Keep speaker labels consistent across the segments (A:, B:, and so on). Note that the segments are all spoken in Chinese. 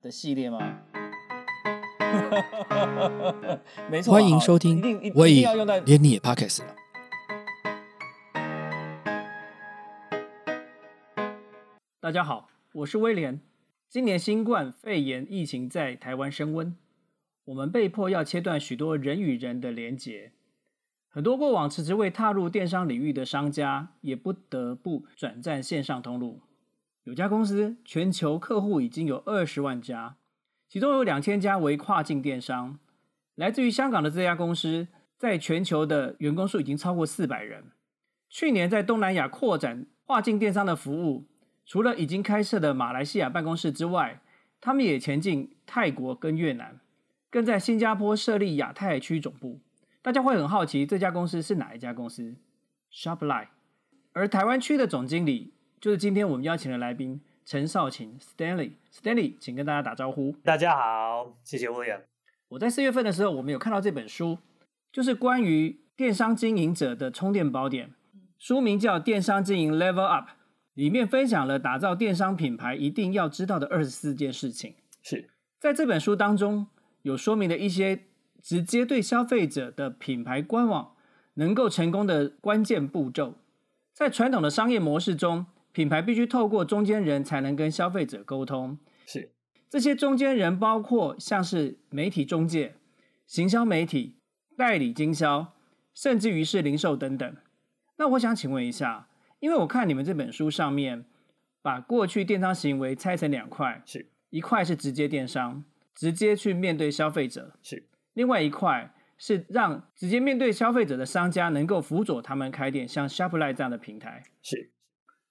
A: 的系列吗？ 没错，啊
B: 嗯欢迎收
A: 好一
B: 听
A: 定一，
B: 我
A: 一定
B: 已
A: 要用到
B: 连你也 Pockets 了。
A: 大家好，我是威廉。今年新冠肺炎疫情在台湾升温，我们被迫要切断许多人与人的连结。很多过往迟迟未踏入电商领域的商家，也不得不转战线上通路。有家公司全球客户已经有二十万家，其中有两千家为跨境电商。来自于香港的这家公司，在全球的员工数已经超过四百人。去年在东南亚扩展跨境电商的服务，除了已经开设的马来西亚办公室之外，他们也前进泰国跟越南，更在新加坡设立亚太区总部。大家会很好奇这家公司是哪一家公司？Shopline。而台湾区的总经理就是今天我们邀请的来宾陈少勤 Stanley。Stanley，请跟大家打招呼。
C: 大家好，谢谢 William。
A: 我在四月份的时候，我们有看到这本书，就是关于电商经营者的充电宝典，书名叫《电商经营 Level Up》，里面分享了打造电商品牌一定要知道的二十四件事情。
C: 是
A: 在这本书当中，有说明了一些直接对消费者的品牌官网能够成功的关键步骤。在传统的商业模式中，品牌必须透过中间人才能跟消费者沟通。
C: 是
A: 这些中间人包括像是媒体中介、行销媒体、代理经销，甚至于是零售等等。那我想请问一下，因为我看你们这本书上面把过去电商行为拆成两块，
C: 是
A: 一块是直接电商，直接去面对消费者；
C: 是
A: 另外一块是让直接面对消费者的商家能够辅佐他们开店，像 Shopify 这样的平台。
C: 是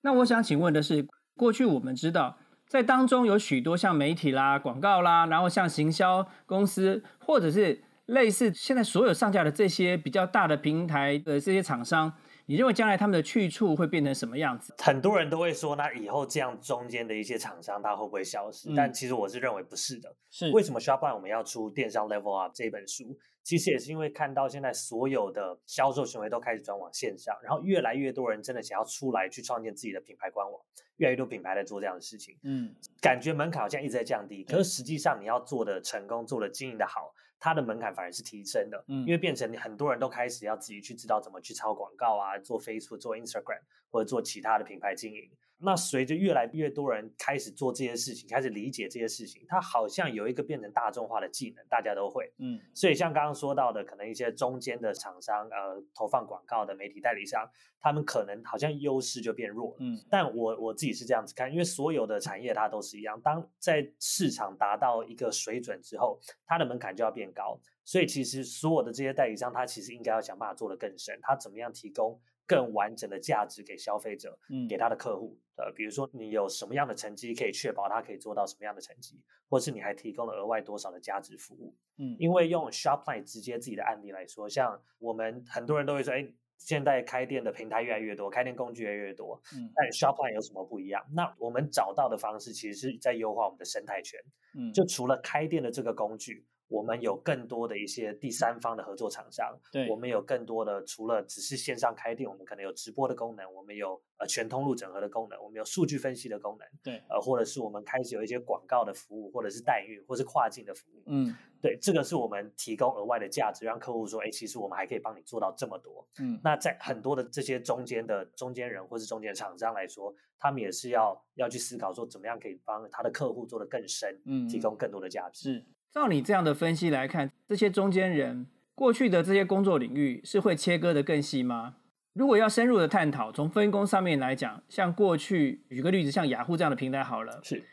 A: 那我想请问的是，过去我们知道，在当中有许多像媒体啦、广告啦，然后像行销公司，或者是类似现在所有上架的这些比较大的平台的这些厂商，你认为将来他们的去处会变成什么样子？
C: 很多人都会说，那以后这样中间的一些厂商，它会不会消失？
A: 嗯
C: 但其实我是认为不是的。
A: 是
C: 为什么 Shopify 我们要出《电商 Level Up》这本书？其实也是因为看到现在所有的销售行为都开始转往线上，然后越来越多人真的想要出来去创建自己的品牌官网，越来越多品牌在做这样的事情。
A: 嗯
C: 感觉门槛好像一直在降低，可是实际上你要做的成功、做的经营的好，它的门槛反而是提升的，
A: 嗯
C: 因为变成很多人都开始要自己去知道怎么去抄广告啊，做 Facebook、做 Instagram 或者做其他的品牌经营。那随着越来越多人开始做这些事情，开始理解这些事情，它好像有一个变成大众化的技能，大家都会。
A: 嗯
C: 所以像刚刚说到的，可能一些中间的厂商，呃，投放广告的媒体代理商，他们可能好像优势就变弱了。
A: 嗯
C: 但我我自己是这样子看，因为所有的产业它都是一样，当在市场达到一个水准之后，它的门槛就要变高。所以其实所有的这些代理商，他其实应该要想办法做得更深，他怎么样提供更完整的价值给消费者，
A: 嗯
C: 给他的客户。呃，比如说你有什么样的成绩可以确保他可以做到什么样的成绩，或是你还提供了额外多少的价值服务。
A: 嗯
C: 因为用 Shopline 直接自己的案例来说，像我们很多人都会说，哎，现在开店的平台越来越多，开店工具越来越多，
A: 嗯
C: 但 Shopline 有什么不一样？那我们找到的方式其实是在优化我们的生态圈，
A: 嗯
C: 就除了开店的这个工具。我们有更多的一些第三方的合作厂商，
A: 对
C: 我们有更多的除了只是线上开店，我们可能有直播的功能，我们有呃全通路整合的功能，我们有数据分析的功能，
A: 对
C: 呃，或者是我们开始有一些广告的服务，或者是代运，或是跨境的服务。
A: 嗯
C: 对，这个是我们提供额外的价值，让客户说，哎，其实我们还可以帮你做到这么多。
A: 嗯
C: 那在很多的这些中间的中间人或是中间厂商来说，他们也是要要去思考说，怎么样可以帮他的客户做得更深，
A: 嗯
C: 提供更多的价值。
A: 是，照你这样的分析来看，这些中间人过去的这些工作领域是会切割的更细吗？如果要深入的探讨，从分工上面来讲，像过去举个例子，像雅虎这样的平台好了，
C: 是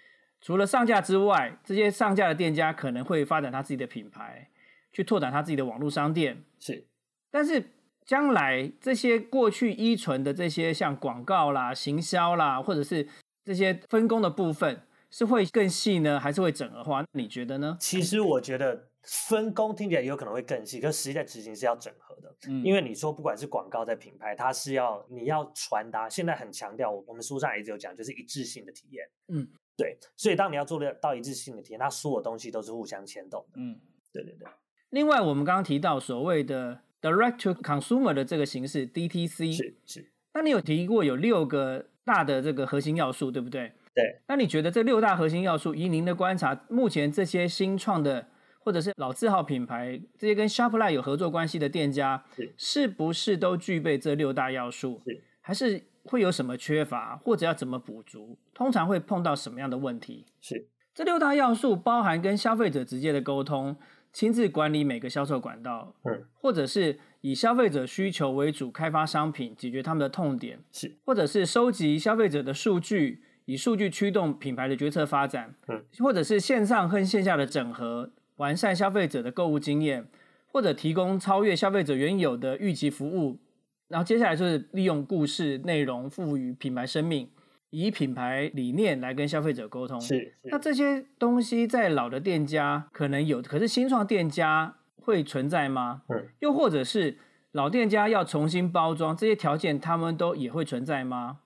A: 除了上架之外，这些上架的店家可能会发展他自己的品牌，去拓展他自己的网络商店。
C: 是
A: 但是将来这些过去依存的这些像广告啦、行销啦，或者是这些分工的部分，是会更细呢，还是会整合化？你觉得呢？
C: 其实我觉得分工听起来有可能会更细，可实际在执行是要整合的。
A: 嗯
C: 因为你说不管是广告在品牌，它是要你要传达，现在很强调，我们书上也一直有讲，就是一致性的体验。
A: 嗯，
C: 对，所以当你要做到一致性的体验，它所有东西都是互相牵动的。
A: 嗯，
C: 对对对，
A: 另外，我们刚刚提到所谓的 direct to consumer 的这个形式 DTC，
C: 是是
A: 那你有提过有六个大的这个核心要素，对不对？
C: 对，
A: 那你觉得这六大核心要素，以您的观察，目前这些新创的或者是老字号品牌，这些跟 Shopify 有合作关系的店家，
C: 是
A: 不是都具备这六大要素？
C: 是
A: 还是会有什么缺乏，或者要怎么补足？通常会碰到什么样的问题？
C: 是
A: 这六大要素包含跟消费者直接的沟通，亲自管理每个销售管道，
C: 嗯，
A: 或者是以消费者需求为主开发商品，解决他们的痛点，
C: 是
A: 或者是收集消费者的数据，以数据驱动品牌的决策发展，
C: 嗯，
A: 或者是线上和线下的整合，完善消费者的购物经验，或者提供超越消费者原有的预期服务。然后接下来就是利用故事内容赋予品牌生命，以品牌理念来跟消费者沟通。
C: 是
A: 那
C: 是
A: 这些东西在老的店家可能有，可是新创店家会存在吗？
C: 嗯，
A: 又或者是老店家要重新包装，这些条件他们都也会存在吗？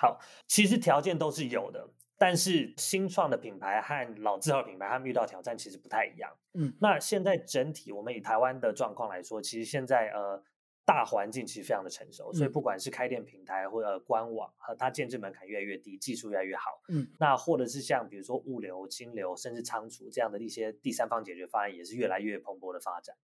C: 好，其实条件都是有的，但是新创的品牌和老字号品牌，他们遇到挑战其实不太一样。
A: 嗯，
C: 那现在整体我们以台湾的状况来说，其实现在呃大环境其实非常的成熟，所以
A: 嗯
C: 不管是开店平台或者官网，呃它建制门槛越来越低，技术越来越好。
A: 嗯，
C: 那或者是像比如说物流、金流，甚至仓储这样的一些第三方解决方案，也是越来越蓬勃的发展。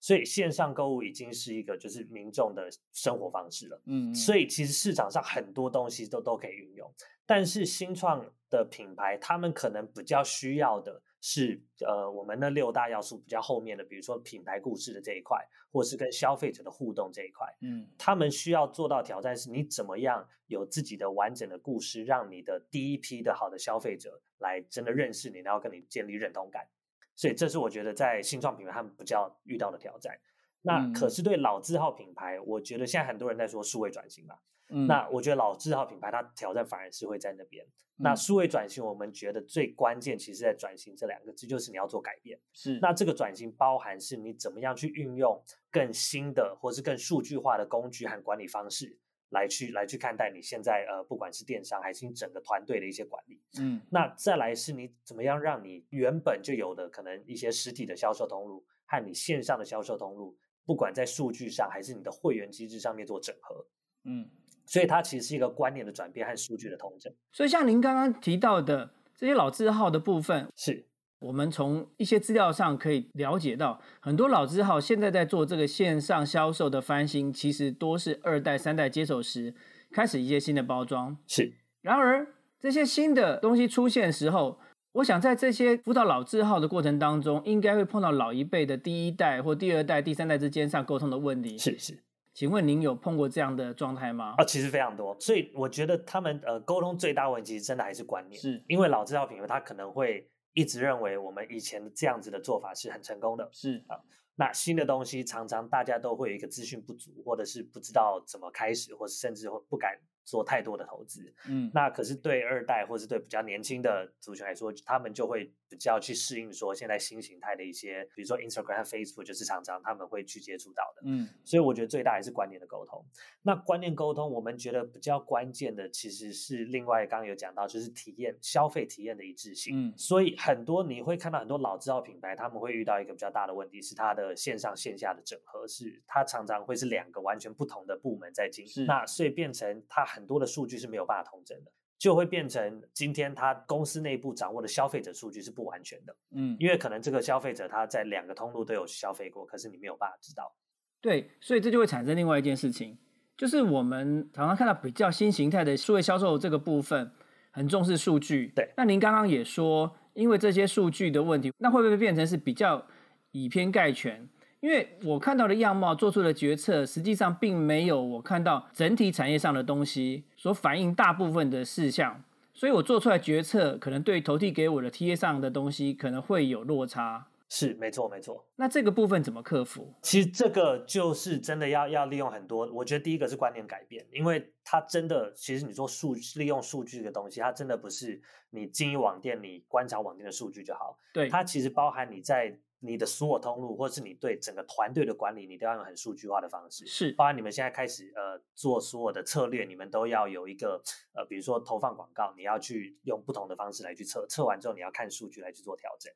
C: 所以线上购物已经是一个就是民众的生活方式了。
A: 嗯
C: 所以其实市场上很多东西都都可以运用，但是新创的品牌，他们可能比较需要的是，呃，我们那六大要素比较后面的，比如说品牌故事的这一块，或是跟消费者的互动这一块，
A: 嗯
C: 他们需要做到挑战是，你怎么样有自己的完整的故事，让你的第一批的好的消费者来真的认识你，然后跟你建立认同感。所以这是我觉得在新创品牌他们比较遇到的挑战。那可
A: 嗯
C: 是对老字号品牌，我觉得现在很多人在说数位转型嘛，
A: 嗯
C: 那我觉得老字号品牌它挑战反而是会在那边。那
A: 嗯
C: 数位转型，我们觉得最关键其实在转型这两个字，就是你要做改变。
A: 是
C: 那这个转型包含是你怎么样去运用更新的或是更数据化的工具和管理方式，来去来去看待你现在呃不管是电商还是你整个团队的一些管理。
A: 嗯
C: 那再来是你怎么样让你原本就有的可能一些实体的销售通路和你线上的销售通路，不管在数据上还是你的会员机制上面做整合。
A: 嗯，
C: 所以它其实是一个观念的转变和数据的统整。
A: 所以像您刚刚提到的这些老字号的部分，
C: 是
A: 我们从一些资料上可以了解到，很多老字号现在在做这个线上销售的翻新，其实多是二代、三代接手时开始一些新的包装。
C: 是
A: 然而，这些新的东西出现时候，我想在这些辅导老字号的过程当中，应该会碰到老一辈的第一代或第二代、第三代之间上沟通的问题。
C: 是是
A: 请问您有碰过这样的状态吗？
C: 啊，其实非常多。所以我觉得他们呃沟通最大问题，真的还是观念。
A: 是
C: 因为老字号品牌它可能会一直认为我们以前这样子的做法是很成功的，
A: 是，
C: 那新的东西常常大家都会有一个资讯不足，或者是不知道怎么开始，或是甚至会不敢做太多的投资。
A: 嗯
C: 那可是对二代或是对比较年轻的族群来说，他们就会比较去适应说现在新形态的一些，比如说 Instagram 和 Facebook，就是常常他们会去接触到的。
A: 嗯
C: 所以我觉得最大还是观念的沟通。那观念沟通，我们觉得比较关键的其实是另外刚刚有讲到，就是体验消费体验的一致性。
A: 嗯
C: 所以很多你会看到很多老字号品牌，他们会遇到一个比较大的问题，是它的线上线下的整合是它常常会是两个完全不同的部门在经
A: 是
C: 营，那所以变成它很多的数据是没有办法统整的。就会变成今天它公司内部掌握的消费者数据是不完全的，
A: 嗯，
C: 因为可能这个消费者他在两个通路都有消费过，可是你没有办法知道。
A: 对，所以这就会产生另外一件事情，就是我们常常看到比较新形态的数位销售这个部分，很重视数据。
C: 对
A: 那您刚刚也说，因为这些数据的问题，那会不会变成是比较以偏概全？因为我看到的样貌做出的决策，实际上并没有我看到整体产业上的东西所反映大部分的事项，所以我做出来决策可能对投递给我的 TA 上的东西可能会有落差。
C: 是，没错，没错。
A: 那这个部分怎么克服？
C: 其实这个就是真的要要利用很多，我觉得第一个是观念改变，因为它真的，其实你说数利用数据这个东西，它真的不是你经营网店、你观察网店的数据就好，
A: 对，
C: 它其实包含你在你的所有通路，或是你对整个团队的管理，你都要用很数据化的方式。
A: 是
C: 包含你们现在开始呃做所有的策略，你们都要有一个呃，比如说投放广告，你要去用不同的方式来去测，测完之后你要看数据来去做调整。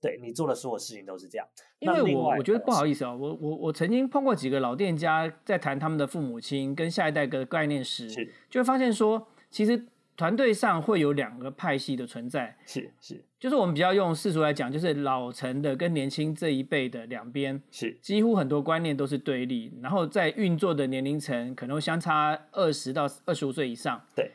C: 对你做的所有事情都是这样。
A: 因
C: 那
A: 为
C: 另
A: 我
C: 外
A: 我觉得
C: 呃
A: 不好意思哦，我我我曾经碰过几个老店家在谈他们的父母亲跟下一代的概念时，
C: 是
A: 就会发现说，其实团队上会有两个派系的存在，
C: 是是
A: 就是我们比较用世俗来讲，就是老成的跟年轻这一辈的两边，
C: 是
A: 几乎很多观念都是对立，然后在运作的年龄层可能相差二十到二十五岁以上，
C: 对，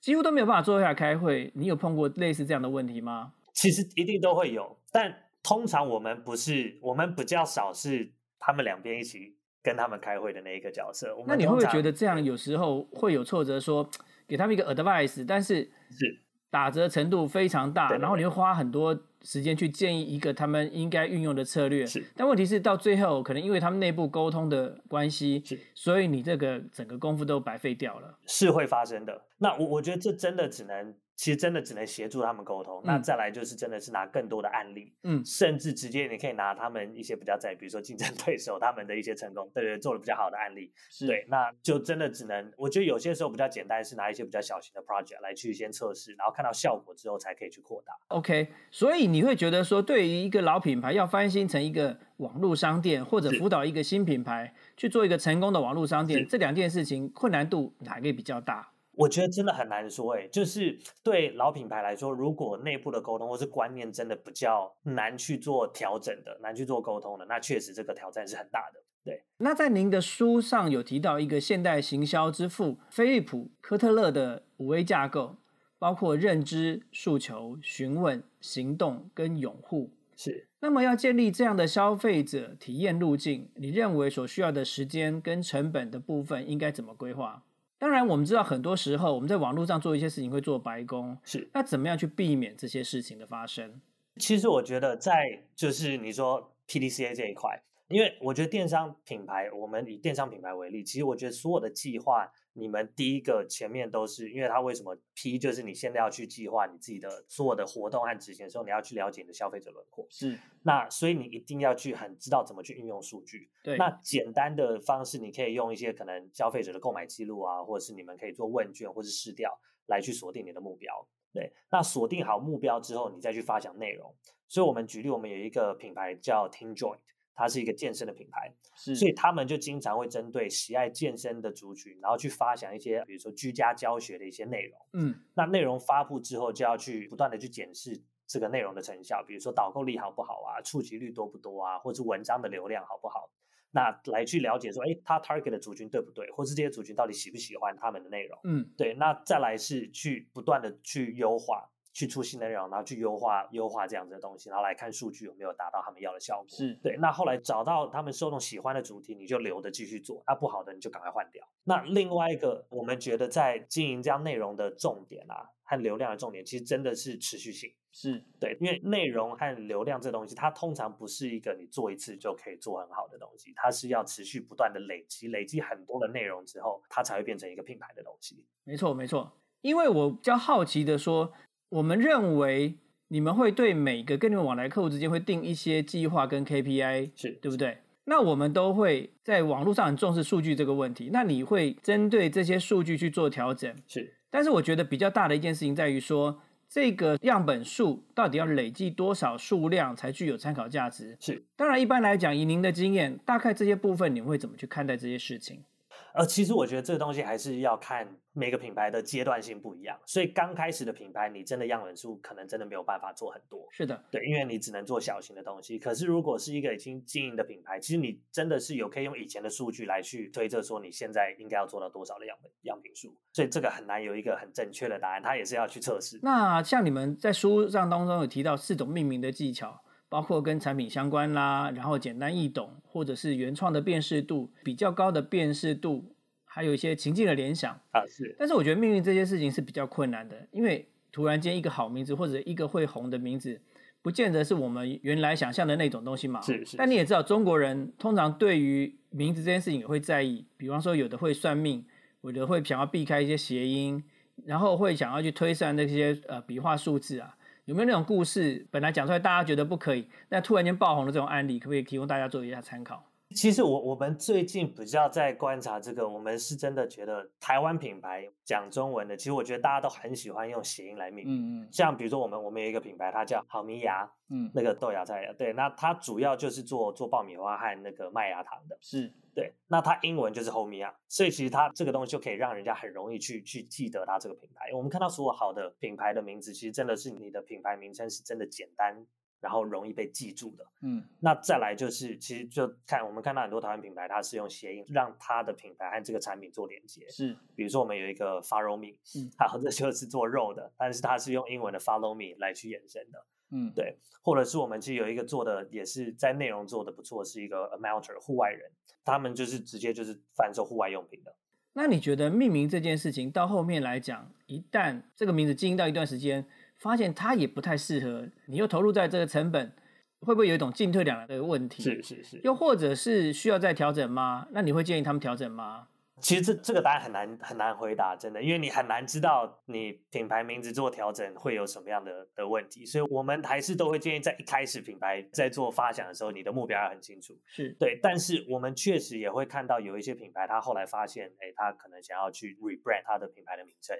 A: 几乎都没有办法坐下来开会。你有碰过类似这样的问题吗？
C: 其实一定都会有，但通常我们不是，我们比较少是他们两边一起跟他们开会的那一个角色。我们
A: 那你会不会
C: 通常
A: 觉得这样有时候会有挫折说？给他们一个 advice，但是
C: 是
A: 打折程度非常大，
C: 对对
A: 然后你会花很多时间去建议一个他们应该运用的策略。
C: 是
A: 但问题是，到最后可能因为他们内部沟通的关系
C: 是，
A: 所以你这个整个功夫都白费掉了。
C: 是会发生的？那我我觉得这真的只能，其实真的只能协助他们沟通。那
A: 嗯
C: 再来就是真的是拿更多的案例，
A: 嗯，
C: 甚至直接你可以拿他们一些比较在，比如说竞争 对手他们的一些成功，对对，做的比较好的案例，
A: 是
C: 对，那就真的只能，我觉得有些时候比较简单是拿一些比较小型的 project 来去先测试，然后看到效果之后才可以去扩大。
A: OK，所以你会觉得说，对于一个老品牌要翻新成一个网络商店，或者
C: 是
A: 辅导一个新品牌去做一个成功的网络商店，
C: 是
A: 这两件事情困难度哪个比较大？
C: 我觉得真的很难说诶、就是对老品牌来说，如果内部的沟通或是观念真的比较难去做调整的，难去做沟通的，那确实这个挑战是很大的。对，
A: 那在您的书上有提到一个现代行销之父菲利普·科特勒的五 A 架构，包括认知、诉求、询问、行动跟拥护。
C: 是
A: 那么要建立这样的消费者体验路径，你认为所需要的时间跟成本的部分应该怎么规划？当然，我们知道很多时候我们在网络上做一些事情会做白工，
C: 是。
A: 那怎么样去避免这些事情的发生？
C: 其实我觉得在就是你说 PDCA 这一块，因为我觉得电商品牌，我们以电商品牌为例，其实我觉得所有的计划，你们第一个前面都是，因为它为什么 P 就是你现在要去计划你自己的所有的活动和执行的时候，你要去了解你的消费者轮廓，
A: 是
C: 那所以你一定要去很知道怎么去运用数据。
A: 对，
C: 那简单的方式，你可以用一些可能消费者的购买记录啊，或者是你们可以做问卷或是试调来去锁定你的目标。对，那锁定好目标之后，你再去发想内容。所以，我们举例，我们有一个品牌叫 Team Joint，它是一个健身的品牌，
A: 是
C: 所以他们就经常会针对喜爱健身的族群，然后去发想一些，比如说居家教学的一些内容。
A: 嗯
C: 那内容发布之后，就要去不断的去检视这个内容的成效，比如说导购力好不好啊，触及率多不多啊，或是文章的流量好不好，那来去了解说，哎，他 target 的族群对不对，或是这些族群到底喜不喜欢他们的内容。
A: 嗯
C: 对，那再来是去不断的去优化，去出新的内容，然后去优化优化这样子的东西，然后来看数据有没有达到他们要的效果。
A: 是
C: 对，那后来找到他们受众喜欢的主题，你就留着继续做；那不好的你就赶快换掉。那另外一个，我们觉得在经营这样内容的重点啊，和流量的重点，其实真的是持续性。
A: 是
C: 对，因为内容和流量这东西，它通常不是一个你做一次就可以做很好的东西，它是要持续不断的累积，累积很多的内容之后，它才会变成一个品牌的东西。
A: 没错，没错。因为我比较好奇的说，我们认为你们会对每个跟你们往来客户之间会定一些计划跟 KPI，
C: 是
A: 对不对？那我们都会在网络上很重视数据这个问题。那你会针对这些数据去做调整，
C: 是
A: 但是我觉得比较大的一件事情在于说，这个样本数到底要累计多少数量才具有参考价值？
C: 是，
A: 当然一般来讲，以您的经验，大概这些部分你会怎么去看待这些事情？
C: 呃，其实我觉得这个东西还是要看每个品牌的阶段性不一样，所以刚开始的品牌，你真的样本数可能真的没有办法做很多，
A: 是的，
C: 对，因为你只能做小型的东西。可是如果是一个已经经营的品牌，其实你真的是有可以用以前的数据来去推测说你现在应该要做到多少的样本样品数，所以这个很难有一个很正确的答案，它也是要去测试。
A: 那像你们在书上当中有提到四种命名的技巧，包括跟产品相关啦，然后简单易懂，或者是原创的辨识度比较高的辨识度，还有一些情境的联想。
C: 啊，是
A: 但是我觉得命运这件事情是比较困难的，因为突然间一个好名字或者一个会红的名字，不见得是我们原来想象的那种东西嘛。
C: 是是
A: 但你也知道，中国人通常对于名字这件事情也会在意，比方说有的会算命，有的会想要避开一些谐音，然后会想要去推算那些呃笔画数字啊。有没有那种故事，本来讲出来大家觉得不可以，但突然间爆红的这种案例，可不可以提供大家做一下参考？
C: 其实我我们最近比较在观察这个，我们是真的觉得台湾品牌讲中文的，其实我觉得大家都很喜欢用谐音来命名。
A: 嗯嗯
C: 像比如说我们我们有一个品牌，它叫好米芽，
A: 嗯，
C: 那个豆芽菜，对，那它主要就是做做爆米花和那个麦芽糖的，
A: 是
C: 对，那它英文就是 Homia，所以其实它这个东西就可以让人家很容易去去记得它这个品牌。我们看到所有好的品牌的名字，其实真的是你的品牌名称是真的简单，然后容易被记住的。
A: 嗯
C: 那再来就是，其实就看我们看到很多台湾品牌，它是用谐音让它的品牌和这个产品做连接。
A: 是
C: 比如说我们有一个 Follow Me，
A: 嗯
C: 然后这就是做肉的，但是它是用英文的 Follow Me 来去衍生的。
A: 嗯
C: 对或者是我们其实有一个做的也是在内容做的不错，是一个 Amelter 户外人，他们就是直接就是贩售户外用品的。
A: 那你觉得命名这件事情到后面来讲，一旦这个名字经营到一段时间，发现它也不太适合，你又投入在这个成本，会不会有一种进退两难的问题？，
C: 是是
A: 又或者是需要再调整吗？那你会建议他们调整吗？
C: 其实这这个答案很难很难回答，真的，因为你很难知道你品牌名字做调整会有什么样的的问题，所以我们还是都会建议在一开始品牌在做发想的时候，你的目标要很清楚。
A: 是
C: 对，但是我们确实也会看到有一些品牌，它后来发现，哎，它可能想要去 rebrand 它的品牌的名称，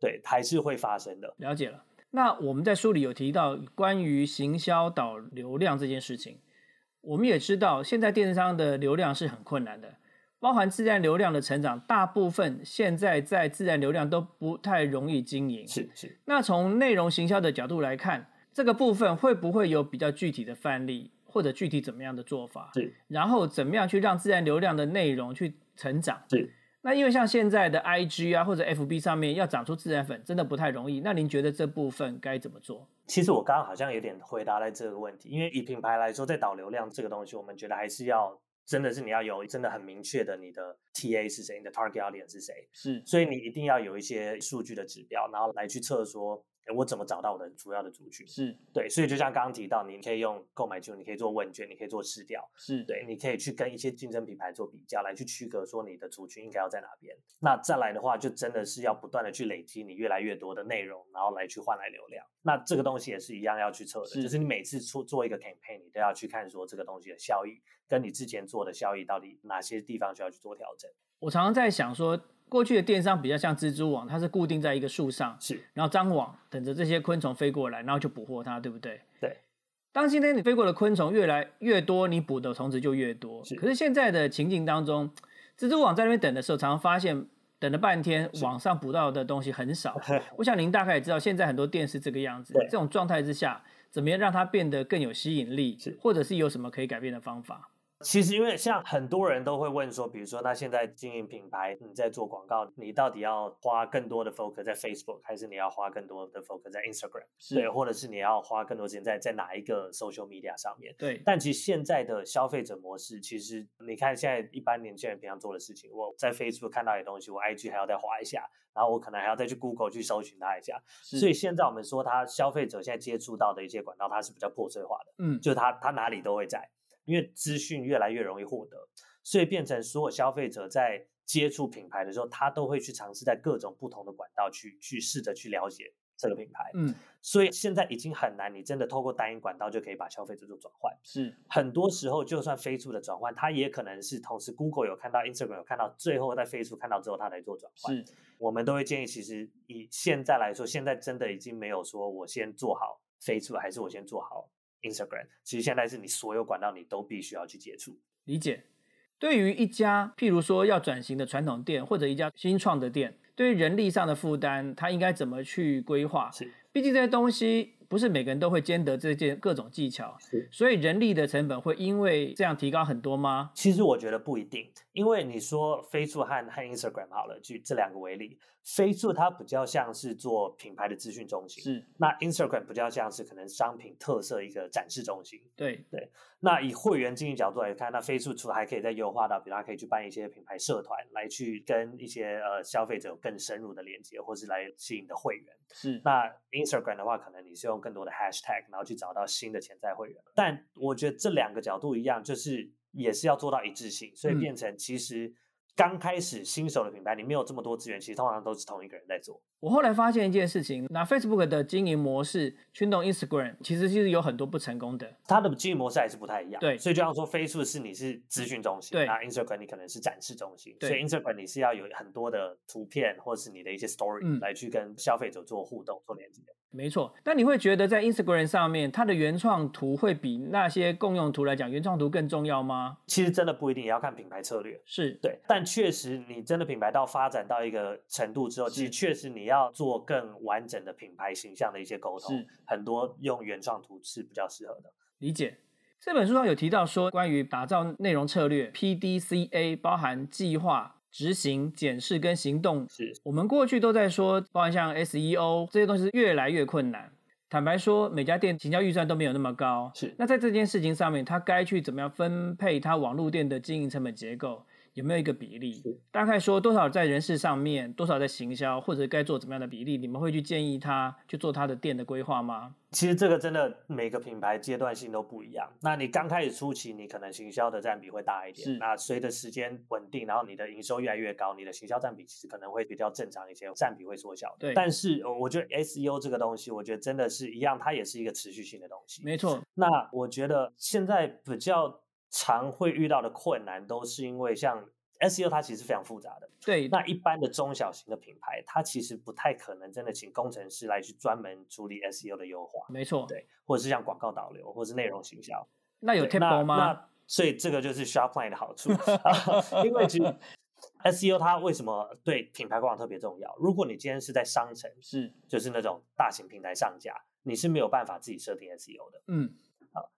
C: 对，还是会发生的。
A: 了解了。那我们在书里有提到关于行销导流量这件事情，我们也知道现在电商的流量是很困难的，包含自然流量的成长，大部分现在在自然流量都不太容易经营。
C: 是是，
A: 那从内容行销的角度来看，这个部分会不会有比较具体的范例，或者具体怎么样的做法？
C: 是，
A: 然后怎么样去让自然流量的内容去成长？
C: 是。
A: 那因为像现在的 IG 啊或者 FB 上面要长出自然粉真的不太容易，那您觉得这部分该怎么做？
C: 其实我刚刚好像有点回答了这个问题，因为以品牌来说，在导流量这个东西，我们觉得还是要真的是你要有真的很明确的你的 TA 是谁，你的 target audience 是谁，
A: 是
C: 所以你一定要有一些数据的指标，然后来去测说。诶我怎么找到我的主要的族群？
A: 是
C: 对，所以就像刚刚提到，你可以用购买记录，你可以做问卷，你可以做试调，
A: 是，
C: 对，你可以去跟一些竞争品牌做比较，来去区隔说你的族群应该要在哪边。那再来的话，就真的是要不断的去累积你越来越多的内容，然后来去换来流量。那这个东西也是一样要去测的，
A: 是
C: 就是你每次做做一个 campaign，你都要去看说这个东西的效益跟你之前做的效益到底哪些地方需要去做调整。
A: 我常常在想说，过去的电商比较像蜘蛛网，它是固定在一个树上，
C: 是
A: 然后张网等着这些昆虫飞过来，然后就捕获它，对不对？
C: 对。
A: 当今天你飞过的昆虫越来越多，你捕的虫子就越多。
C: 是
A: 可是现在的情境当中，蜘蛛网在那边等的时候，常常发现等了半天，
C: 是
A: 网上捕到的东西很 少。我想您大概也知道，现在很多店是这个样子
C: 对。
A: 这种状态之下，怎么样让它变得更有吸引力
C: 是，
A: 或者是有什么可以改变的方法？
C: 其实，因为像很多人都会问说，比如说，那现在经营品牌，你在做广告，你到底要花更多的 focus 在 Facebook，还是你要花更多的 focus 在 Instagram？对，或者是你要花更多时间在在哪一个 social media 上面？
A: 对，
C: 但其实现在的消费者模式，其实你看现在一般年轻人平常做的事情，我在 Facebook 看到的东西，我 IG 还要再划一下，然后我可能还要再去 Google 去搜寻它一下。
A: 是
C: 所以现在我们说，它消费者现在接触到的一些管道，它是比较破碎化的。
A: 嗯，
C: 就他他哪里都会在，因为资讯越来越容易获得，所以变成所有消费者在接触品牌的时候，他都会去尝试在各种不同的管道去去试着去了解这个品牌。
A: 嗯
C: 所以现在已经很难，你真的透过单一管道就可以把消费者做转换。
A: 是
C: 很多时候，就算 Facebook 的转换，它也可能是同时 Google 有看到，Instagram 有看到，最后在 Facebook 看到之后，它来做转换。
A: 是
C: 我们都会建议，其实以现在来说，现在真的已经没有说我先做好 Facebook 还是我先做好 Instagram。其实现在是你所有管道你都必须要去接触。
A: 理解。对于一家譬如说要转型的传统店，或者一家新创的店，对于人力上的负担，它应该怎么去规划？
C: 是
A: 毕竟这些东西不是每个人都会兼得这件各种技巧
C: 是，
A: 所以人力的成本会因为这样提高很多吗？
C: 其实我觉得不一定，因为你说 Facebook 和和 Instagram 好了，就这两个为例，Facebook 它比较像是做品牌的资讯中心，
A: 是
C: 那 Instagram 比较像是可能商品特色一个展示中心。
A: 对，
C: 那以会员经营角度来看，那飞速除了还可以再优化到，比如它可以去办一些品牌社团，来去跟一些呃消费者有更深入的连接，或是来吸引你的会员。
A: 是
C: 那 Instagram 的话，可能你是用更多的 hashtag，然后去找到新的潜在会员。但我觉得这两个角度一样，就是也是要做到一致性，所以
A: 嗯
C: 变成其实刚开始新手的品牌，你没有这么多资源，其实通常都是同一个人在做。
A: 我后来发现一件事情，拿 Facebook 的经营模式驱动 Instagram，其实是有很多不成功的。
C: 它的经营模式还是不太一样。
A: 对
C: 所以就像说，Facebook 是你是资讯中心，
A: 对
C: 那 Instagram 你可能是展示中心，
A: 对
C: 所以 Instagram 你是要有很多的图片或者是你的一些 story、
A: 嗯
C: 来去跟消费者做互动、做连接。
A: 没错，但你会觉得在 Instagram 上面，它的原创图会比那些共用图来讲，原创图更重要吗？
C: 其实真的不一定，也要看品牌策略。
A: 是，
C: 对，但确实，你真的品牌到发展到一个程度之后，其
A: 是
C: 实确实你要做更完整的品牌形象的一些沟通
A: 是，
C: 很多用原创图是比较适合的。
A: 理解。这本书上有提到说，关于打造内容策略 （PDCA） 包含计划、执行、检视跟行动
C: 是
A: 我们过去都在说，包含像 SEO 这些东西是越来越困难。坦白说，每家店行销预算都没有那么高。
C: 是
A: 那在这件事情上面，它该去怎么样分配它网络店的经营成本结构？有没有一个比例
C: 是？
A: 大概说多少在人事上面，多少在行销，或者该做怎么样的比例？你们会去建议他去做他的店的规划吗？
C: 其实这个真的每个品牌阶段性都不一样。那你刚开始初期，你可能行销的占比会大一
A: 是
C: 点。那随着时间稳定，然后你的营收越来越高，你的行销占比其实可能会比较正常一些，占比会缩小。
A: 对
C: 但是呃我觉得 SEO 这个东西，我觉得真的是一样，它也是一个持续性的东西。
A: 没错，
C: 那我觉得现在比较常会遇到的困难，都是因为像 SEO 它其实非常复杂的。
A: 对，
C: 那一般的中小型的品牌，它其实不太可能真的请工程师来去专门处理 SEO 的优化。
A: 没错。
C: 对，或者是像广告导流，或者是内容行销，
A: 那有
C: 对那
A: temple 吗？
C: 那所以这个就是 Shopline 的好 处， 因为其实 SEO 它为什么对品牌官网特别重要？如果你今天是在商城，
A: 是，
C: 就是那种大型平台上架，你是没有办法自己设定 SEO 的。
A: 嗯，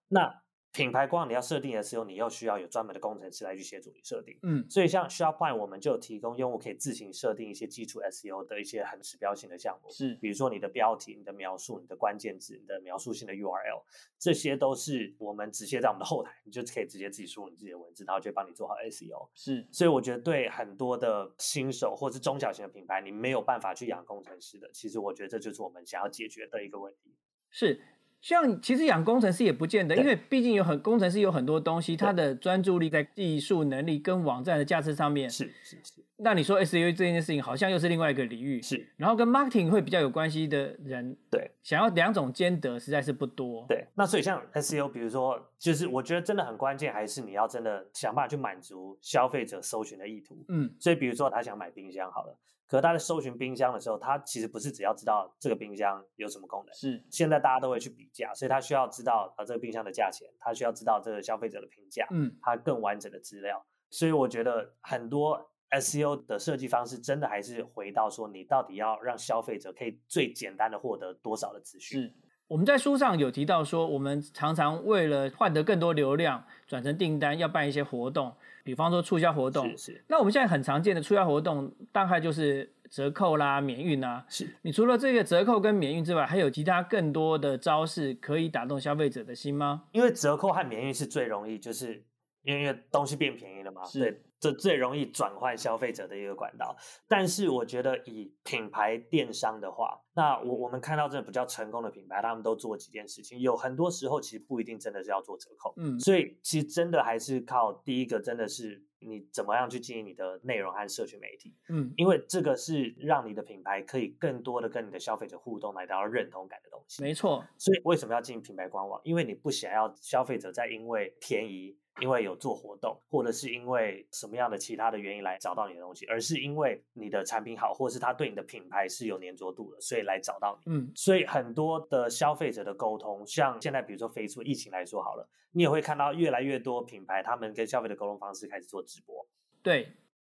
C: 那品牌官网你要设定 SEO，你又需要有专门的工程师来去协助你设定。
A: 嗯，
C: 所以像 Shopline，我们就有提供用户可以自行设定一些基础 SEO 的一些很指标性的项目，
A: 是
C: 比如说你的标题、你的描述、你的关键字、你的描述性的 URL，这些都是我们直接在我们的后台，你就可以直接自己输入你自己的文字，然后就帮你做好 SEO。
A: 是，
C: 所以我觉得对很多的新手或是中小型的品牌，你没有办法去养工程师的，其实我觉得这就是我们想要解决的一个问题。
A: 是，像其实养工程师也不见得，
C: 对
A: 因为毕竟有很工程师有很多东西，他的专注力在技术能力跟网站的价值上面。
C: 是是是
A: 那你说 SEO 这件事情好像又是另外一个领域，
C: 是，
A: 然后跟 marketing 会比较有关系的人，
C: 对，
A: 想要两种兼得实在是不多。，
C: 对，那所以像 SEO，比如说，就是我觉得真的很关键，还是你要真的想办法去满足消费者搜寻的意图。
A: 嗯，
C: 所以，比如说他想买冰箱好了，可是他在搜寻冰箱的时候，他其实不是只要知道这个冰箱有什么功能。
A: 是
C: 现在大家都会去比价，所以他需要知道啊这个冰箱的价钱，他需要知道这个消费者的评价，
A: 嗯，
C: 他更完整的资料。所以我觉得很多 SEO 的设计方式真的还是回到说，你到底要让消费者可以最简单的获得多少的资讯。
A: 是。我们在书上有提到说，我们常常为了换得更多流量，转成订单，要办一些活动，比方说促销活动
C: 是。是
A: 那我们现在很常见的促销活动，大概就是折扣啦、免运啦、
C: 是，
A: 你除了这个折扣跟免运之外，还有其他更多的招式可以打动消费者的心吗？
C: 因为折扣和免运是最容易，就是因为东西变便宜了嘛，
A: 是
C: 对，这最容易转换消费者的一个管道。但是我觉得以品牌电商的话，那我我们看到这比较成功的品牌，他们都做几件事情，有很多时候其实不一定真的是要做折扣，
A: 嗯，
C: 所以其实真的还是靠第一个真的是。你怎么样去经营你的内容和社群媒体？
A: 嗯，
C: 因为这个是让你的品牌可以更多的跟你的消费者互动，来达到认同感的东西。
A: 没错，
C: 所以为什么要进行品牌官网？因为你不想要消费者在因为便宜、因为有做活动，或者是因为什么样的其他的原因来找到你的东西，而是因为你的产品好，或是它对你的品牌是有粘着度的，所以来找到你。
A: 嗯，
C: 所以很多的消费者的沟通，像现在比如说 Facebook 疫情来说好了，你也会看到越来越多品牌他们跟消费者沟通方式开始做直播。
A: 对，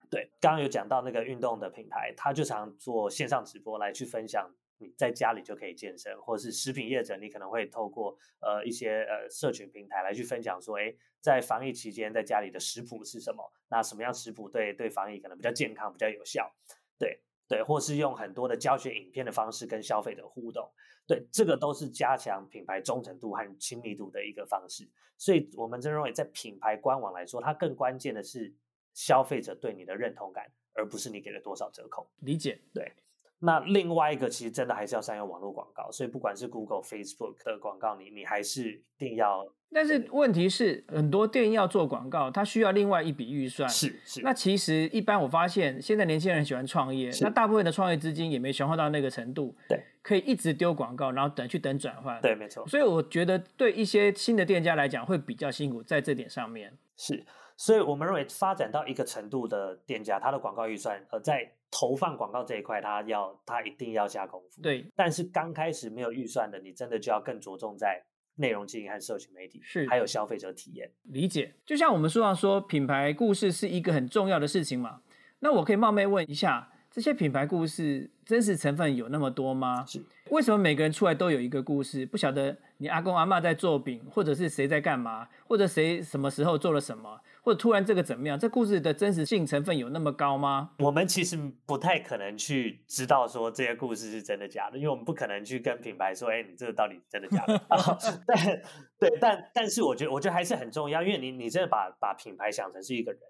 C: 对，刚刚有讲到那个运动的品牌，它就常做线上直播来去分享你在家里就可以健身，或者是食品业者，你可能会透过呃一些呃社群平台来去分享说，哎，在防疫期间在家里的食谱是什么？那什么样食谱对对防疫可能比较健康、比较有效？对对，或是用很多的教学影片的方式跟消费者互动，对，这个都是加强品牌忠诚度和亲密度的一个方式。所以我们真认为，在品牌官网来说，它更关键的是消费者对你的认同感，而不是你给了多少折扣。
A: 理解。
C: 对，那另外一个其实真的还是要善用网络广告，所以不管是 Google、Facebook 的广告，你你还是一定要
A: 但是问题是，很多店要做广告，它需要另外一笔预算。
C: 是是
A: 那其实一般我发现，现在年轻人喜欢创业，
C: 是
A: 那大部分的创业资金也没雄厚到那个程度，
C: 对，
A: 可以一直丢广告，然后等去等转换。，
C: 对，没错。
A: 所以我觉得对一些新的店家来讲会比较辛苦，在这点上面。
C: 是，所以我们认为发展到一个程度的店家，他的广告预算，呃，在投放广告这一块，他要他一定要下功夫。，
A: 对，
C: 但是刚开始没有预算的，你真的就要更着重在内容经营和社群媒体，
A: 是
C: 还有消费者体验。
A: 理解。就像我们书上说，品牌故事是一个很重要的事情嘛。那我可以冒昧问一下，这些品牌故事真实成分有那么多吗？
C: 是，
A: 为什么每个人出来都有一个故事？不晓得你阿公阿嬷在做饼，或者是谁在干嘛，或者谁什么时候做了什么，或者突然这个怎么样？这故事的真实性成分有那么高吗？
C: 我们其实不太可能去知道说这些故事是真的假的，因为我们不可能去跟品牌说，哎，你这个到底真的假的？ 啊但对，但但是我觉得，我觉得还是很重要，因为你你真的把把品牌想成是一个人，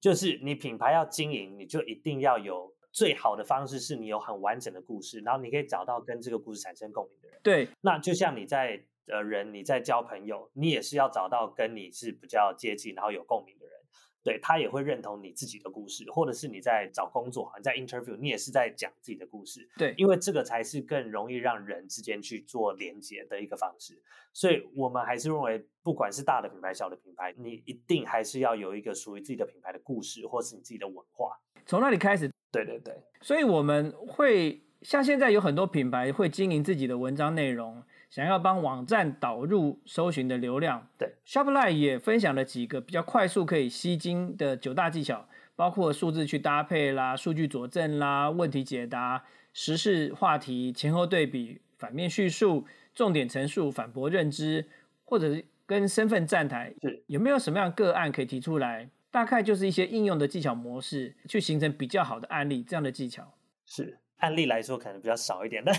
C: 就是你品牌要经营，你就一定要有最好的方式，是你有很完整的故事，然后你可以找到跟这个故事产生共鸣的人。
A: 对，
C: 那就像你在呃人你在交朋友，你也是要找到跟你是比较接近，然后有共鸣的人，对他也会认同你自己的故事，或者是你在找工作，啊你在 interview，你也是在讲自己的故事，
A: 对
C: 因为这个才是更容易让人之间去做连接的一个方式。所以我们还是认为，不管是大的品牌、小的品牌，你一定还是要有一个属于自己的品牌的故事，或是你自己的文化。
A: 从那里开始，
C: 对对对，
A: 所以我们会像现在有很多品牌会经营自己的文章内容，想要帮网站导入搜寻的流量。
C: 对
A: ，Shopify 也分享了几个比较快速可以吸睛的九大技巧，包括数字去搭配啦、数据佐证啦、问题解答、时事话题前后对比、反面叙述、重点陈述、反驳认知，或者是跟身份站台。
C: 是
A: 有没有什么样的个案可以提出来？大概就是一些应用的技巧模式，去形成比较好的案例，这样的技巧。
C: 是案例来说可能比较少一点，但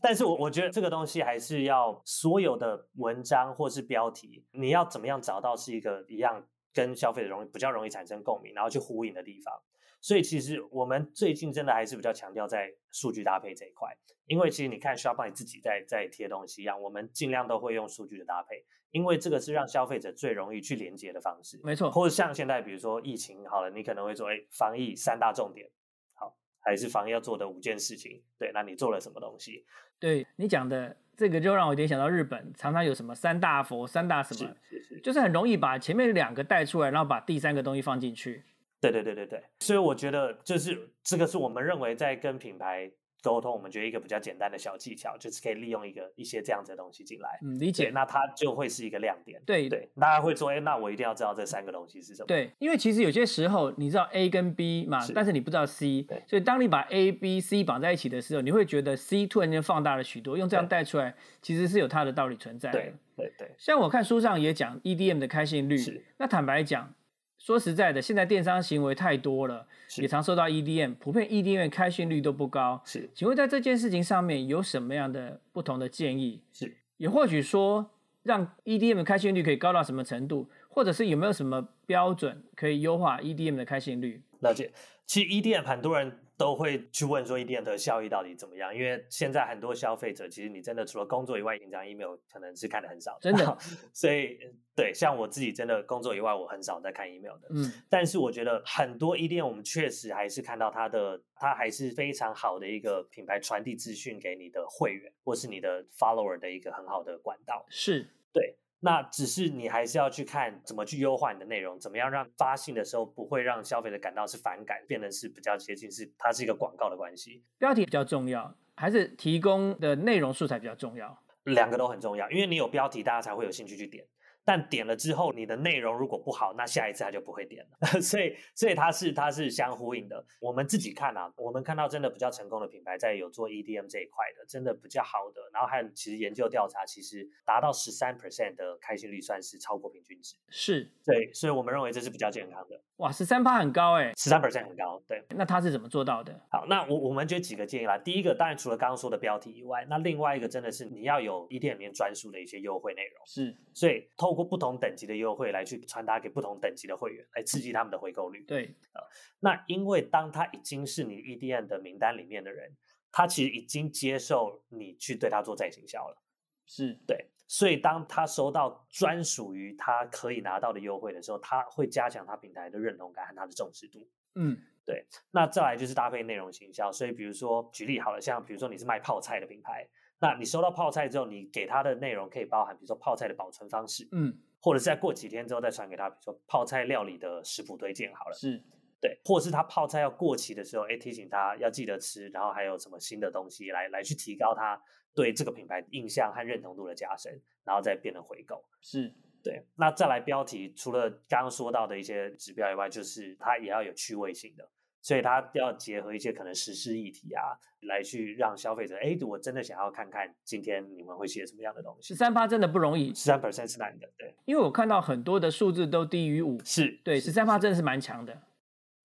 C: 但是我我觉得这个东西还是要所有的文章或是标题，你要怎么样找到是一个一样跟消费者容易比较容易产生共鸣，然后去呼应的地方。所以其实我们最近真的还是比较强调在数据搭配这一块，因为其实你看 Shopify 自己在在贴东西一样，我们尽量都会用数据的搭配，因为这个是让消费者最容易去连接的方式。
A: 没错，
C: 或者像现在，比如说疫情好了，你可能会说，哎，防疫三大重点，好，还是防疫要做的五件事情，对，那你做了什么东西？
A: 对你讲的这个，就让我联想到日本常常有什么三大佛、三大什么
C: 是，是是，
A: 就是很容易把前面两个带出来，然后把第三个东西放进去。
C: 对对对对对，所以我觉得就是这个是我们认为在跟品牌沟通，我们觉得一个比较简单的小技巧，就是可以利用一个一些这样子的东西进来，
A: 嗯，理
C: 对，
A: 解。
C: 那它就会是一个亮点，
A: 对
C: 对，大家会说，哎，那我一定要知道这三个东西是什么，
A: 对，因为其实有些时候你知道 A 跟 B 嘛，
C: 是
A: 但是你不知道 C，
C: 对
A: 所以当你把 A、B、C 绑在一起的时候，你会觉得 C 突然间放大了许多，用这样
C: 对
A: 带出来，其实是有它的道理存在的。
C: 对对对，
A: 像我看书上也讲 EDM 的开信率
C: 是，
A: 那坦白讲，说实在的，现在电商行为太多了，
C: 是
A: 也常受到 EDM，普遍 EDM 开信率都不高。
C: 是
A: 请问在这件事情上面有什么样的不同的建议？
C: 是。
A: 也或许说，让 EDM 的开信率可以高到什么程度，或者是有没有什么标准可以优化 EDM 的开信率？
C: 了解，其实 EDM 很多人都会去问说 EDM 的效益到底怎么样，因为现在很多消费者其实你真的除了工作以外，平常 email 可能是看的很少，
A: 真的。
C: 所以对，像我自己真的工作以外，我很少在看 email 的。
A: 嗯，
C: 但是我觉得很多 EDM 我们确实还是看到它的，它还是非常好的一个品牌传递资讯给你的会员或是你的 follower 的一个很好的管道。
A: 是
C: 那只是你还是要去看怎么去优化你的内容，怎么样让发信的时候不会让消费者感到是反感，变成是比较接近是它是一个广告的关系，
A: 标题比较重要，还是提供的内容素材比较重要？
C: 两个都很重要，因为你有标题，大家才会有兴趣去点。但点了之后，你的内容如果不好，那下一次他就不会点了。 所以，所以它是它是相呼应的。我们自己看啊，我们看到真的比较成功的品牌，在有做 EDM 这一块的，真的比较好的。然后还有，其实研究调查，其实达到十三 percent 的开心率，算是超过平均值。
A: 是，
C: 对，所以我们认为这是比较健康的。
A: 哇，十三趴很高哎、
C: 十三 percent 很高，对。
A: 那他是怎么做到的？
C: 好，那我我们觉得几个建议啦。第一个，当然除了刚刚说的标题以外，那另外一个真的是你要有一店里面专属的一些优惠内容，
A: 是
C: 所以透过不同等级的优惠来去传达给不同等级的会员，来刺激他们的回购率。
A: 对，
C: E 那因为当他已经是你 EDM 的名单里面的人，他其实已经接受你去对他做再行销了，
A: 是
C: 对。所以当他收到专属于他可以拿到的优惠的时候，他会加强他平台的认同感和他的重视度。
A: 嗯
C: 对，那再来就是搭配内容行销，所以比如说举例好了，像比如说你是卖泡菜的品牌，那你收到泡菜之后，你给他的内容可以包含比如说泡菜的保存方式，
A: 嗯
C: 或者是在过几天之后再传给他，比如说泡菜料理的食谱推荐好了，
A: 是
C: 对，或者是他泡菜要过期的时候，哎，提醒他要记得吃，然后还有什么新的东西来来去提高他对这个品牌印象和认同度的加深，然后再变得回购。
A: 是
C: 对，那再来标题，除了刚刚说到的一些指标以外，就是它也要有趣味性的，所以它要结合一些可能时事议题啊，来去让消费者，哎，我真的想要看看今天你们会写什么样的东西
A: 十。三趴真的不容易，
C: 十三 percent 是男的，对，
A: 因为我看到很多的数字都低于五，
C: 是，
A: 对，
C: 是
A: 十三趴真的是蛮强的，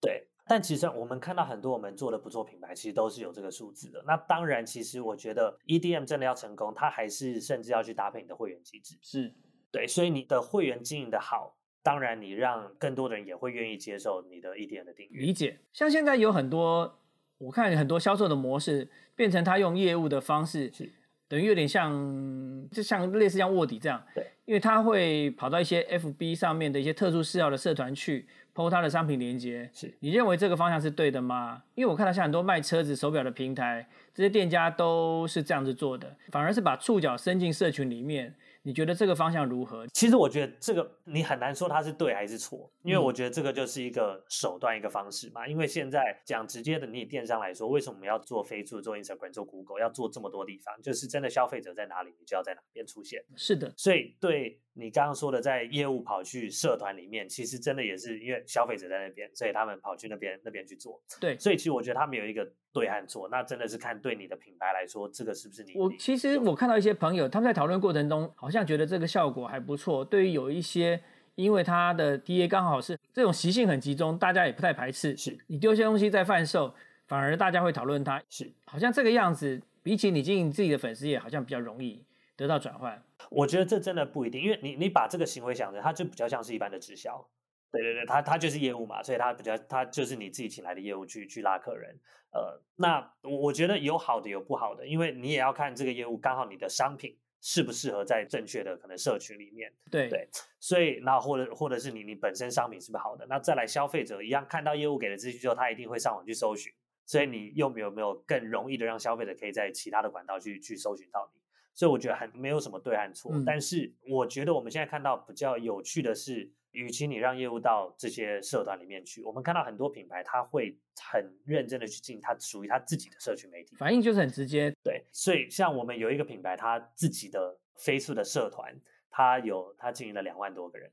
C: 对，但其实我们看到很多我们做的不错品牌，其实都是有这个数字的。那当然，其实我觉得 EDM 真的要成功，它还是甚至要去搭配你的会员机制。
A: 是
C: 对，所以你的会员经营的好，当然你让更多的人也会愿意接受你的 EDM 的订阅。
A: 理解。像现在有很多，我看很多销售的模式变成他用业务的方式，
C: 是
A: 等于有点像，就像类似像卧底这样，
C: 对，
A: 因为他会跑到一些 FB 上面的一些特殊嗜好的社团去 PO 他的商品链接。
C: 是
A: 你认为这个方向是对的吗？因为我看到像很多卖车子、手表的平台，这些店家都是这样子做的，反而是把触角伸进社群里面。你觉得这个方向如何？
C: 其实我觉得这个你很难说它是对还是错，因
A: 嗯
C: 为我觉得这个就是一个手段、一个方式嘛。因为现在讲直接的，你以电商来说，为什么我们要做飞猪、做 Instagram、做 Google，要做这么多地方？就是真的消费者在哪里，你就要在哪边出现。
A: 是的，
C: 所以对你刚刚说的，在业务跑去社团里面，其实真的也是因为消费者在那边，所以他们跑去那边那边去做。
A: 对。
C: 所以其实我觉得他们有一个对和错，那真的是看对你的品牌来说，这个是不是你
A: 我
C: 你
A: 其实我看到一些朋友，他们在讨论过程中，好像觉得这个效果还不错。对于有一些，因为他的 DA 刚好是这种习性很集中，大家也不太排斥。
C: 是
A: 你丢些东西在贩售，反而大家会讨论它，
C: 是
A: 好像这个样子，比起你经营自己的粉丝也好像比较容易得到转换。
C: 我觉得这真的不一定，因为你你把这个行为想成，它就比较像是一般的直销。对对对，它它就是业务嘛，所以它比较它就是你自己请来的业务去去拉客人。呃，那我我觉得有好的有不好的，因为你也要看这个业务刚好你的商品适不适合在正确的可能社群里面。
A: 对
C: 对所以那或者或者是你你本身商品是不是好的，那再来消费者一样看到业务给的资讯之后，他一定会上网去搜寻，所以你又没有没有更容易的让消费者可以在其他的管道去去搜寻到你，所以我觉得还没有什么对和错，
A: 嗯
C: 但是我觉得我们现在看到比较有趣的是。与其你让业务到这些社团里面去，我们看到很多品牌，他会很认真的去进他属于他自己的社群媒体，
A: 反应就是很直接。
C: 对，所以像我们有一个品牌，它自己的飞速的社团，它有它经营了两万多个人，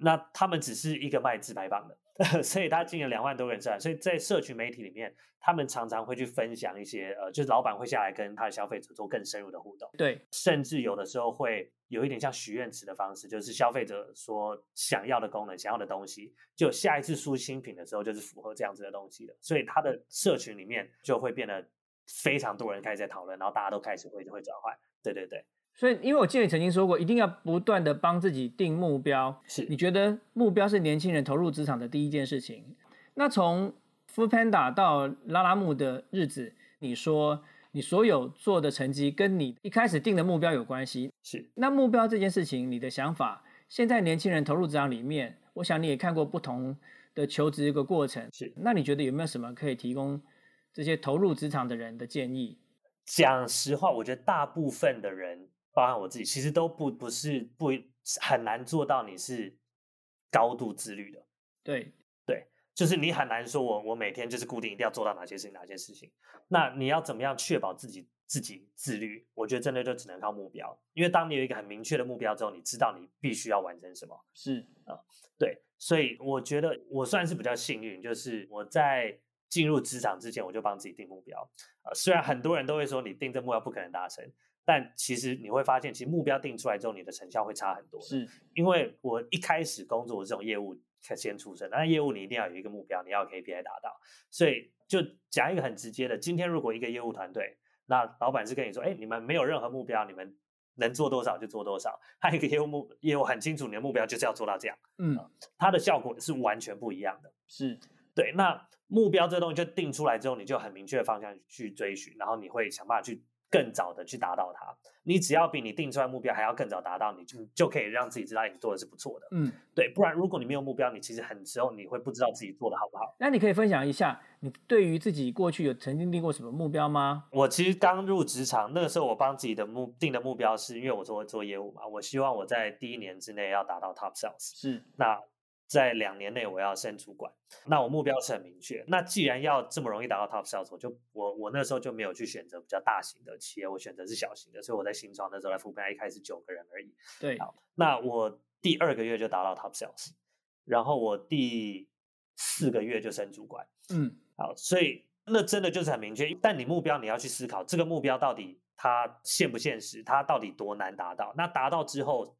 C: 那他们只是一个卖自拍棒的， 所以它经营两万多个人社团，所以在社群媒体里面，他们常常会去分享一些呃，就是老板会下来跟他的消费者做更深入的互动，
A: 对，
C: 甚至有的时候会有一点像许愿池的方式，就是消费者说想要的功能、想要的东西，就下一次出新品的时候就是符合这样子的东西的，所以它的社群里面就会变得非常多人开始在讨论，然后大家都开始会会转换。对对对，
A: 所以因为我记得你曾经说过，一定要不断的帮自己定目标，
C: 是
A: 你觉得目标是年轻人投入职场的第一件事情。那从 Food Panda 到拉拉木的日子，你说你所有做的成绩跟你一开始定的目标有关系。
C: 是
A: 那目标这件事情，你的想法，现在年轻人投入职场里面，我想你也看过不同的求职一个过程。
C: 是。
A: 那你觉得有没有什么可以提供这些投入职场的人的建议？
C: 讲实话，我觉得大部分的人，包含我自己，其实都不不是不很难做到你是高度自律的。
A: 对，
C: 就是你很难说我我每天就是固定一定要做到哪些事情哪些事情。那你要怎么样确保自己自己自律？我觉得真的就只能靠目标，因为当你有一个很明确的目标之后，你知道你必须要完成什么。
A: 是
C: 对，所以我觉得我算是比较幸运，就是我在进入职场之前，我就帮自己定目标。呃，虽然很多人都会说你定这目标不可能达成，但其实你会发现，其实目标定出来之后，你的成效会差很多的。
A: 是，
C: 因为我一开始工作我这种业务先出身，那业务你一定要有一个目标，你要有 KPI 达到。所以就讲一个很直接的，今天如果一个业务团队，那老板是跟你说，哎，你们没有任何目标，你们能做多少就做多少。还有一个业务目业务很清楚，你的目标就是要做到这样，
A: 嗯，
C: 它的效果是完全不一样的。
A: 是
C: 对，那目标这东西就定出来之后，你就很明确的方向去追寻，然后你会想办法去更早的去达到它。你只要比你定出来目标还要更早达到，你就你就可以让自己知道你做的是不错的。
A: 嗯，
C: 对，不然如果你没有目标，你其实很时候你会不知道自己做的好不好。
A: 那你可以分享一下，你对于自己过去有曾经定过什么目标吗？
C: 我其实刚入职场那个时候，我帮自己的目定的目标是，因为我做做业务嘛，我希望我在第一年之内要达到 top sales。
A: 是，
C: 那在两年内我要升主管，那我目标是很明确。那既然要这么容易达到 top sales，我就我我那时候就没有去选择比较大型的企业，我选择是小型的，所以我在新创那时候在富平一开始九个人而已。
A: 对，
C: 好那我第二个月就达到 top sales，然后我第四个月就升主管。
A: 嗯，
C: 好，所以那真的就是很明确，但你目标你要去思考，这个目标到底它现不现实，它到底多难达到？那达到之后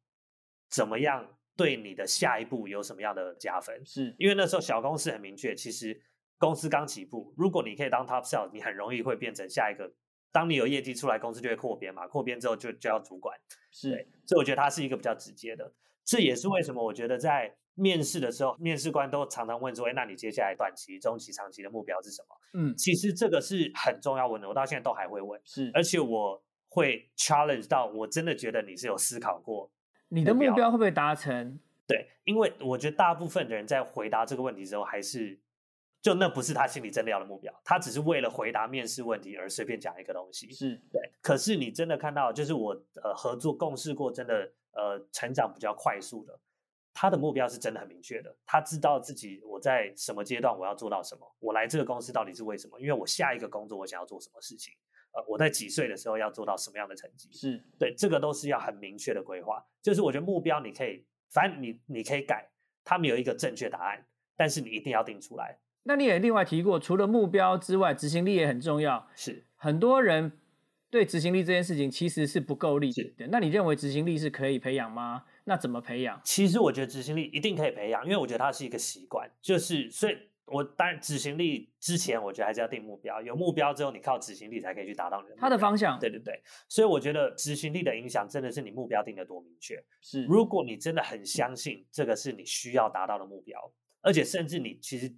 C: 怎么样对你的下一步有什么样的加分？
A: 是，
C: 因为那时候小公司很明确，其实公司刚起步，如果你可以当 top sales，你很容易会变成下一个。当你有业绩出来，公司就会扩编嘛，扩编之后就就要主管。
A: 是，
C: 所以我觉得它是一个比较直接的。这也是为什么我觉得在面试的时候，面试官都常常问说：“哎，那你接下来短期、中期、长期的目标是什么
A: 嗯？”，
C: 其实这个是很重要问的，我到现在都还会问，
A: 是。
C: 而且我会 challenge 到，我真的觉得你是有思考过。
A: 你的
C: 目
A: 目
C: 标
A: 标会不会达成？
C: 对，因为我觉得大部分的人在回答这个问题之后，还是就那不是他心里真的要的目标，他只是为了回答面试问题而随便讲一个东西。
A: 是，
C: 对，可是你真的看到，就是我呃合作共事过，真的呃成长比较快速的，他的目标是真的很明确的，他知道自己我在什么阶段我要做到什么，我来这个公司到底是为什么？因为我下一个工作我想要做什么事情，呃，我在几岁的时候要做到什么样的成绩？
A: 是，
C: 对，这个都是要很明确的规划。就是我觉得目标你可以，反正你你可以改，他们有一个正确答案，但是你一定要定出来。
A: 那你也另外提过，除了目标之外，执行力也很重要。
C: 是
A: 很多人对执行力这件事情其实是不够力
C: 是
A: 的。那你认为执行力是可以培养吗？那怎么培养？
C: 其实我觉得执行力一定可以培养，因为我觉得它是一个习惯。就是，所以我当然执行力之前，我觉得还是要定目标。有目标之后，你靠执行力才可以去达到你的目
A: 它的
C: 标
A: 方向
C: 对对对，所以我觉得执行力的影响真的是你目标定的多明确。
A: 是
C: 如果你真的很相信这个是你需要达到的目标，而且甚至你其实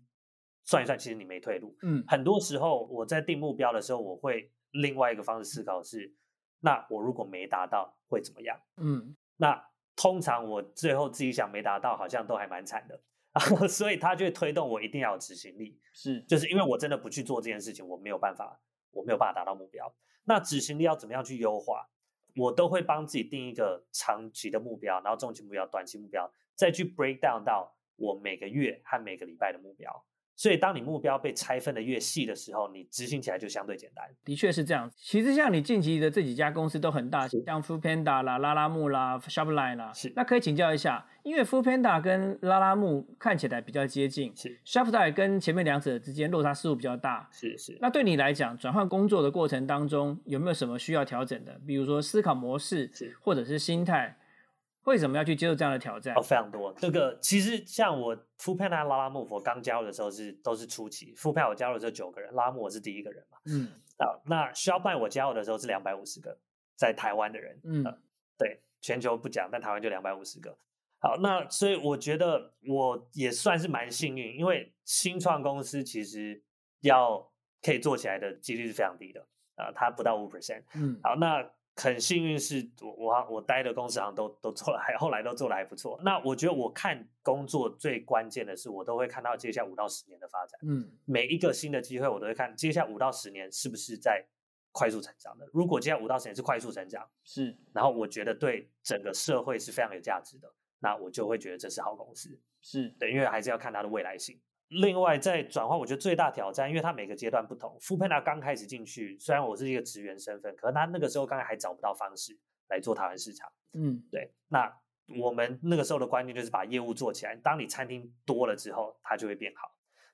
C: 算一算，其实你没退路。
A: 嗯，
C: 很多时候我在定目标的时候，我会另外一个方式思考是：那我如果没达到会怎么样？
A: 嗯，
C: 那通常我最后自己想没达到，好像都还蛮惨的。 然后所以他就会推动我一定要有执行力，
A: 是
C: 就是因为我真的不去做这件事情，我没有办法，我没有办法达到目标。那执行力要怎么样去优化？我都会帮自己定一个长期的目标，然后中期目标、短期目标，再去 break down 到我每个月和每个礼拜的目标。所以，当你目标被拆分的越细的时候，你执行起来就相对简单。
A: 的确是这样。其实像你近期的这几家公司都很大，
C: 是
A: 像 f o o Panda 啦、拉拉木啦、Shopline 啦
C: 是。
A: 那可以请教一下，因为 f o o Panda 跟拉拉木看起来比较接近
C: 是
A: ，Shopline 跟前面两者之间落差似乎比较大。
C: 是是，
A: 那对你来讲，转换工作的过程当中，有没有什么需要调整的？比如说思考模式
C: 是，
A: 或者是心态，为什么要去接受这样的挑战
C: 哦，？非常多。这个其实像我 f o o p a n 和拉拉木，我刚加入的时候是都是初期 f o o p a n 我加入的时候九个人，拉拉木我是第一个人嘛。
A: 嗯
C: 啊，那 s h o p i n 我加入的时候是两百五十个在台湾的人，
A: 嗯
C: 呃对，全球不讲，但台湾就两百五十个。好，那所以我觉得我也算是蛮幸运，因为新创公司其实要可以做起来的几率是非常低的，啊、它不到五 percent。
A: 嗯，
C: 好，那很幸运是我我好我待的公司好像都都做了，还后来都做的还不错。那我觉得我看工作最关键的是，我都会看到接下来五到十年的发展，
A: 嗯
C: 每一个新的机会我都会看，接下来五到十年是不是在快速成长的。如果接下来五到十年是快速成长，
A: 是
C: 然后我觉得对整个社会是非常有价值的，那我就会觉得这是好公司。
A: 是
C: 对，因为还是要看它的未来性。另外，在转换，我觉得最大挑战，因为它每个阶段不同。富佩纳刚开始进去，虽然我是一个职员身份，可是他那个时候刚才还找不到方式来做台湾市场。
A: 嗯
C: 对，那我们那个时候的观念就是把业务做起来。当你餐厅多了之后，它就会变好。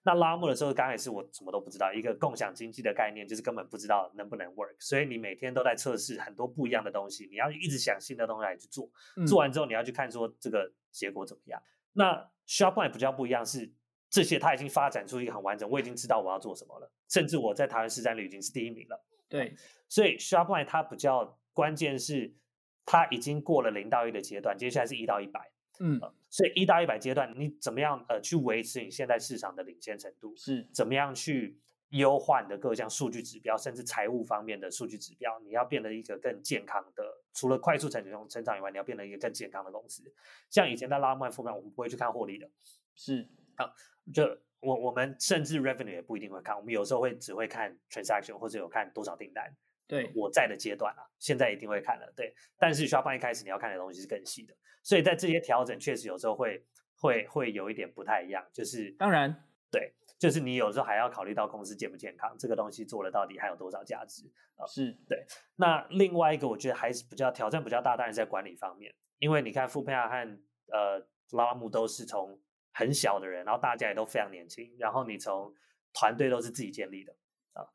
C: 那拉木的时候，刚开始我什么都不知道，一个共享经济的概念就是根本不知道能不能 work，所以你每天都在测试很多不一样的东西，你要一直想新的东西来去做。
A: 嗯
C: 做完之后你要去看说这个结果怎么样。那 Shopline 比较不一样是，这些它已经发展出一个很完整，我已经知道我要做什么了，甚至我在台湾市占率已经是第一名了。
A: 对
C: 所以 Shopline 它比较关键是，它已经过了零到一的阶段，接下来是一到一百。
A: 嗯，
C: 呃所以一到一百阶段，你怎么样呃去维持你现在市场的领先程度？
A: 是
C: 怎么样去优化你的各项数据指标，甚至财务方面的数据指标，你要变得一个更健康的，除了快速成长成长以外，你要变得一个更健康的公司。像以前在拉曼富曼，我们不会去看获利的，
A: 是，
C: 就我我们甚至 revenue 也不一定会看，我们有时候会只会看 transaction 或者有看多少订单。
A: 对，
C: 我在的阶段啊，现在一定会看了，对。但是需要办一开始你要看的东西是更细的，所以在这些调整确实有时候会会会有一点不太一样，就是
A: 当然
C: 就是你有时候还要考虑到公司健不健康，这个东西做了到底还有多少价值。
A: 是
C: 那另外一个我觉得还是比较挑战比较大，当然是在管理方面，因为你看富佩亚和呃拉拉姆都是从很小的人，然后大家也都非常年轻，然后你从团队都是自己建立的，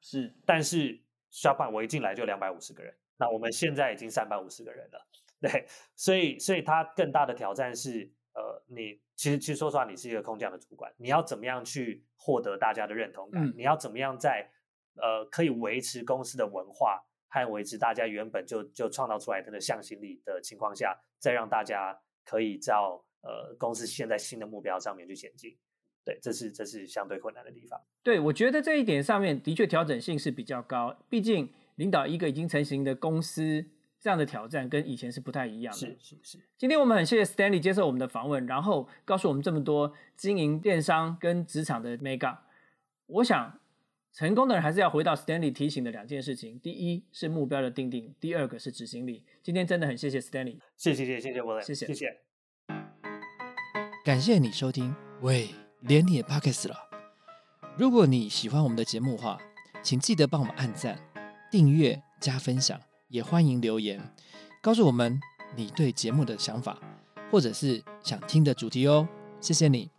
A: 是，
C: 但是 Shopify 我一进来就两百五十个人，那我们现在已经三百五十个人了， 对，所以所以它更大的挑战是，呃，你其实其实说实话，你是一个空降的主管，你要怎么样去获得大家的认同感？
A: 嗯
C: 你要怎么样在呃可以维持公司的文化和维持大家原本就就创造出来的那个向心力的情况下，再让大家可以照呃公司现在新的目标上面去前进，对，这是这是相对困难的地方。
A: 对，我觉得这一点上面的确调整性是比较高，毕竟领导一个已经成型的公司，这样的挑战跟以前是不太一样的。
C: 是是是，
A: 今天我们很谢谢 Stanley 接受我们的访问，然后告诉我们这么多经营电商跟职场的 mega。我想，成功的人还是要回到 Stanley 提醒的两件事情：第一是目标的定定，第二个是执行力。今天真的很谢谢 Stanley，
C: 谢谢谢谢谢谢 William，
A: 谢谢
C: 谢谢。
B: 感谢你收听，喂，连你也 p o d c a s 了。如果你喜欢我们的节目的话，请记得帮我们按赞、订阅、加分享，也欢迎留言告诉我们你对节目的想法，或者是想听的主题哦。谢谢你，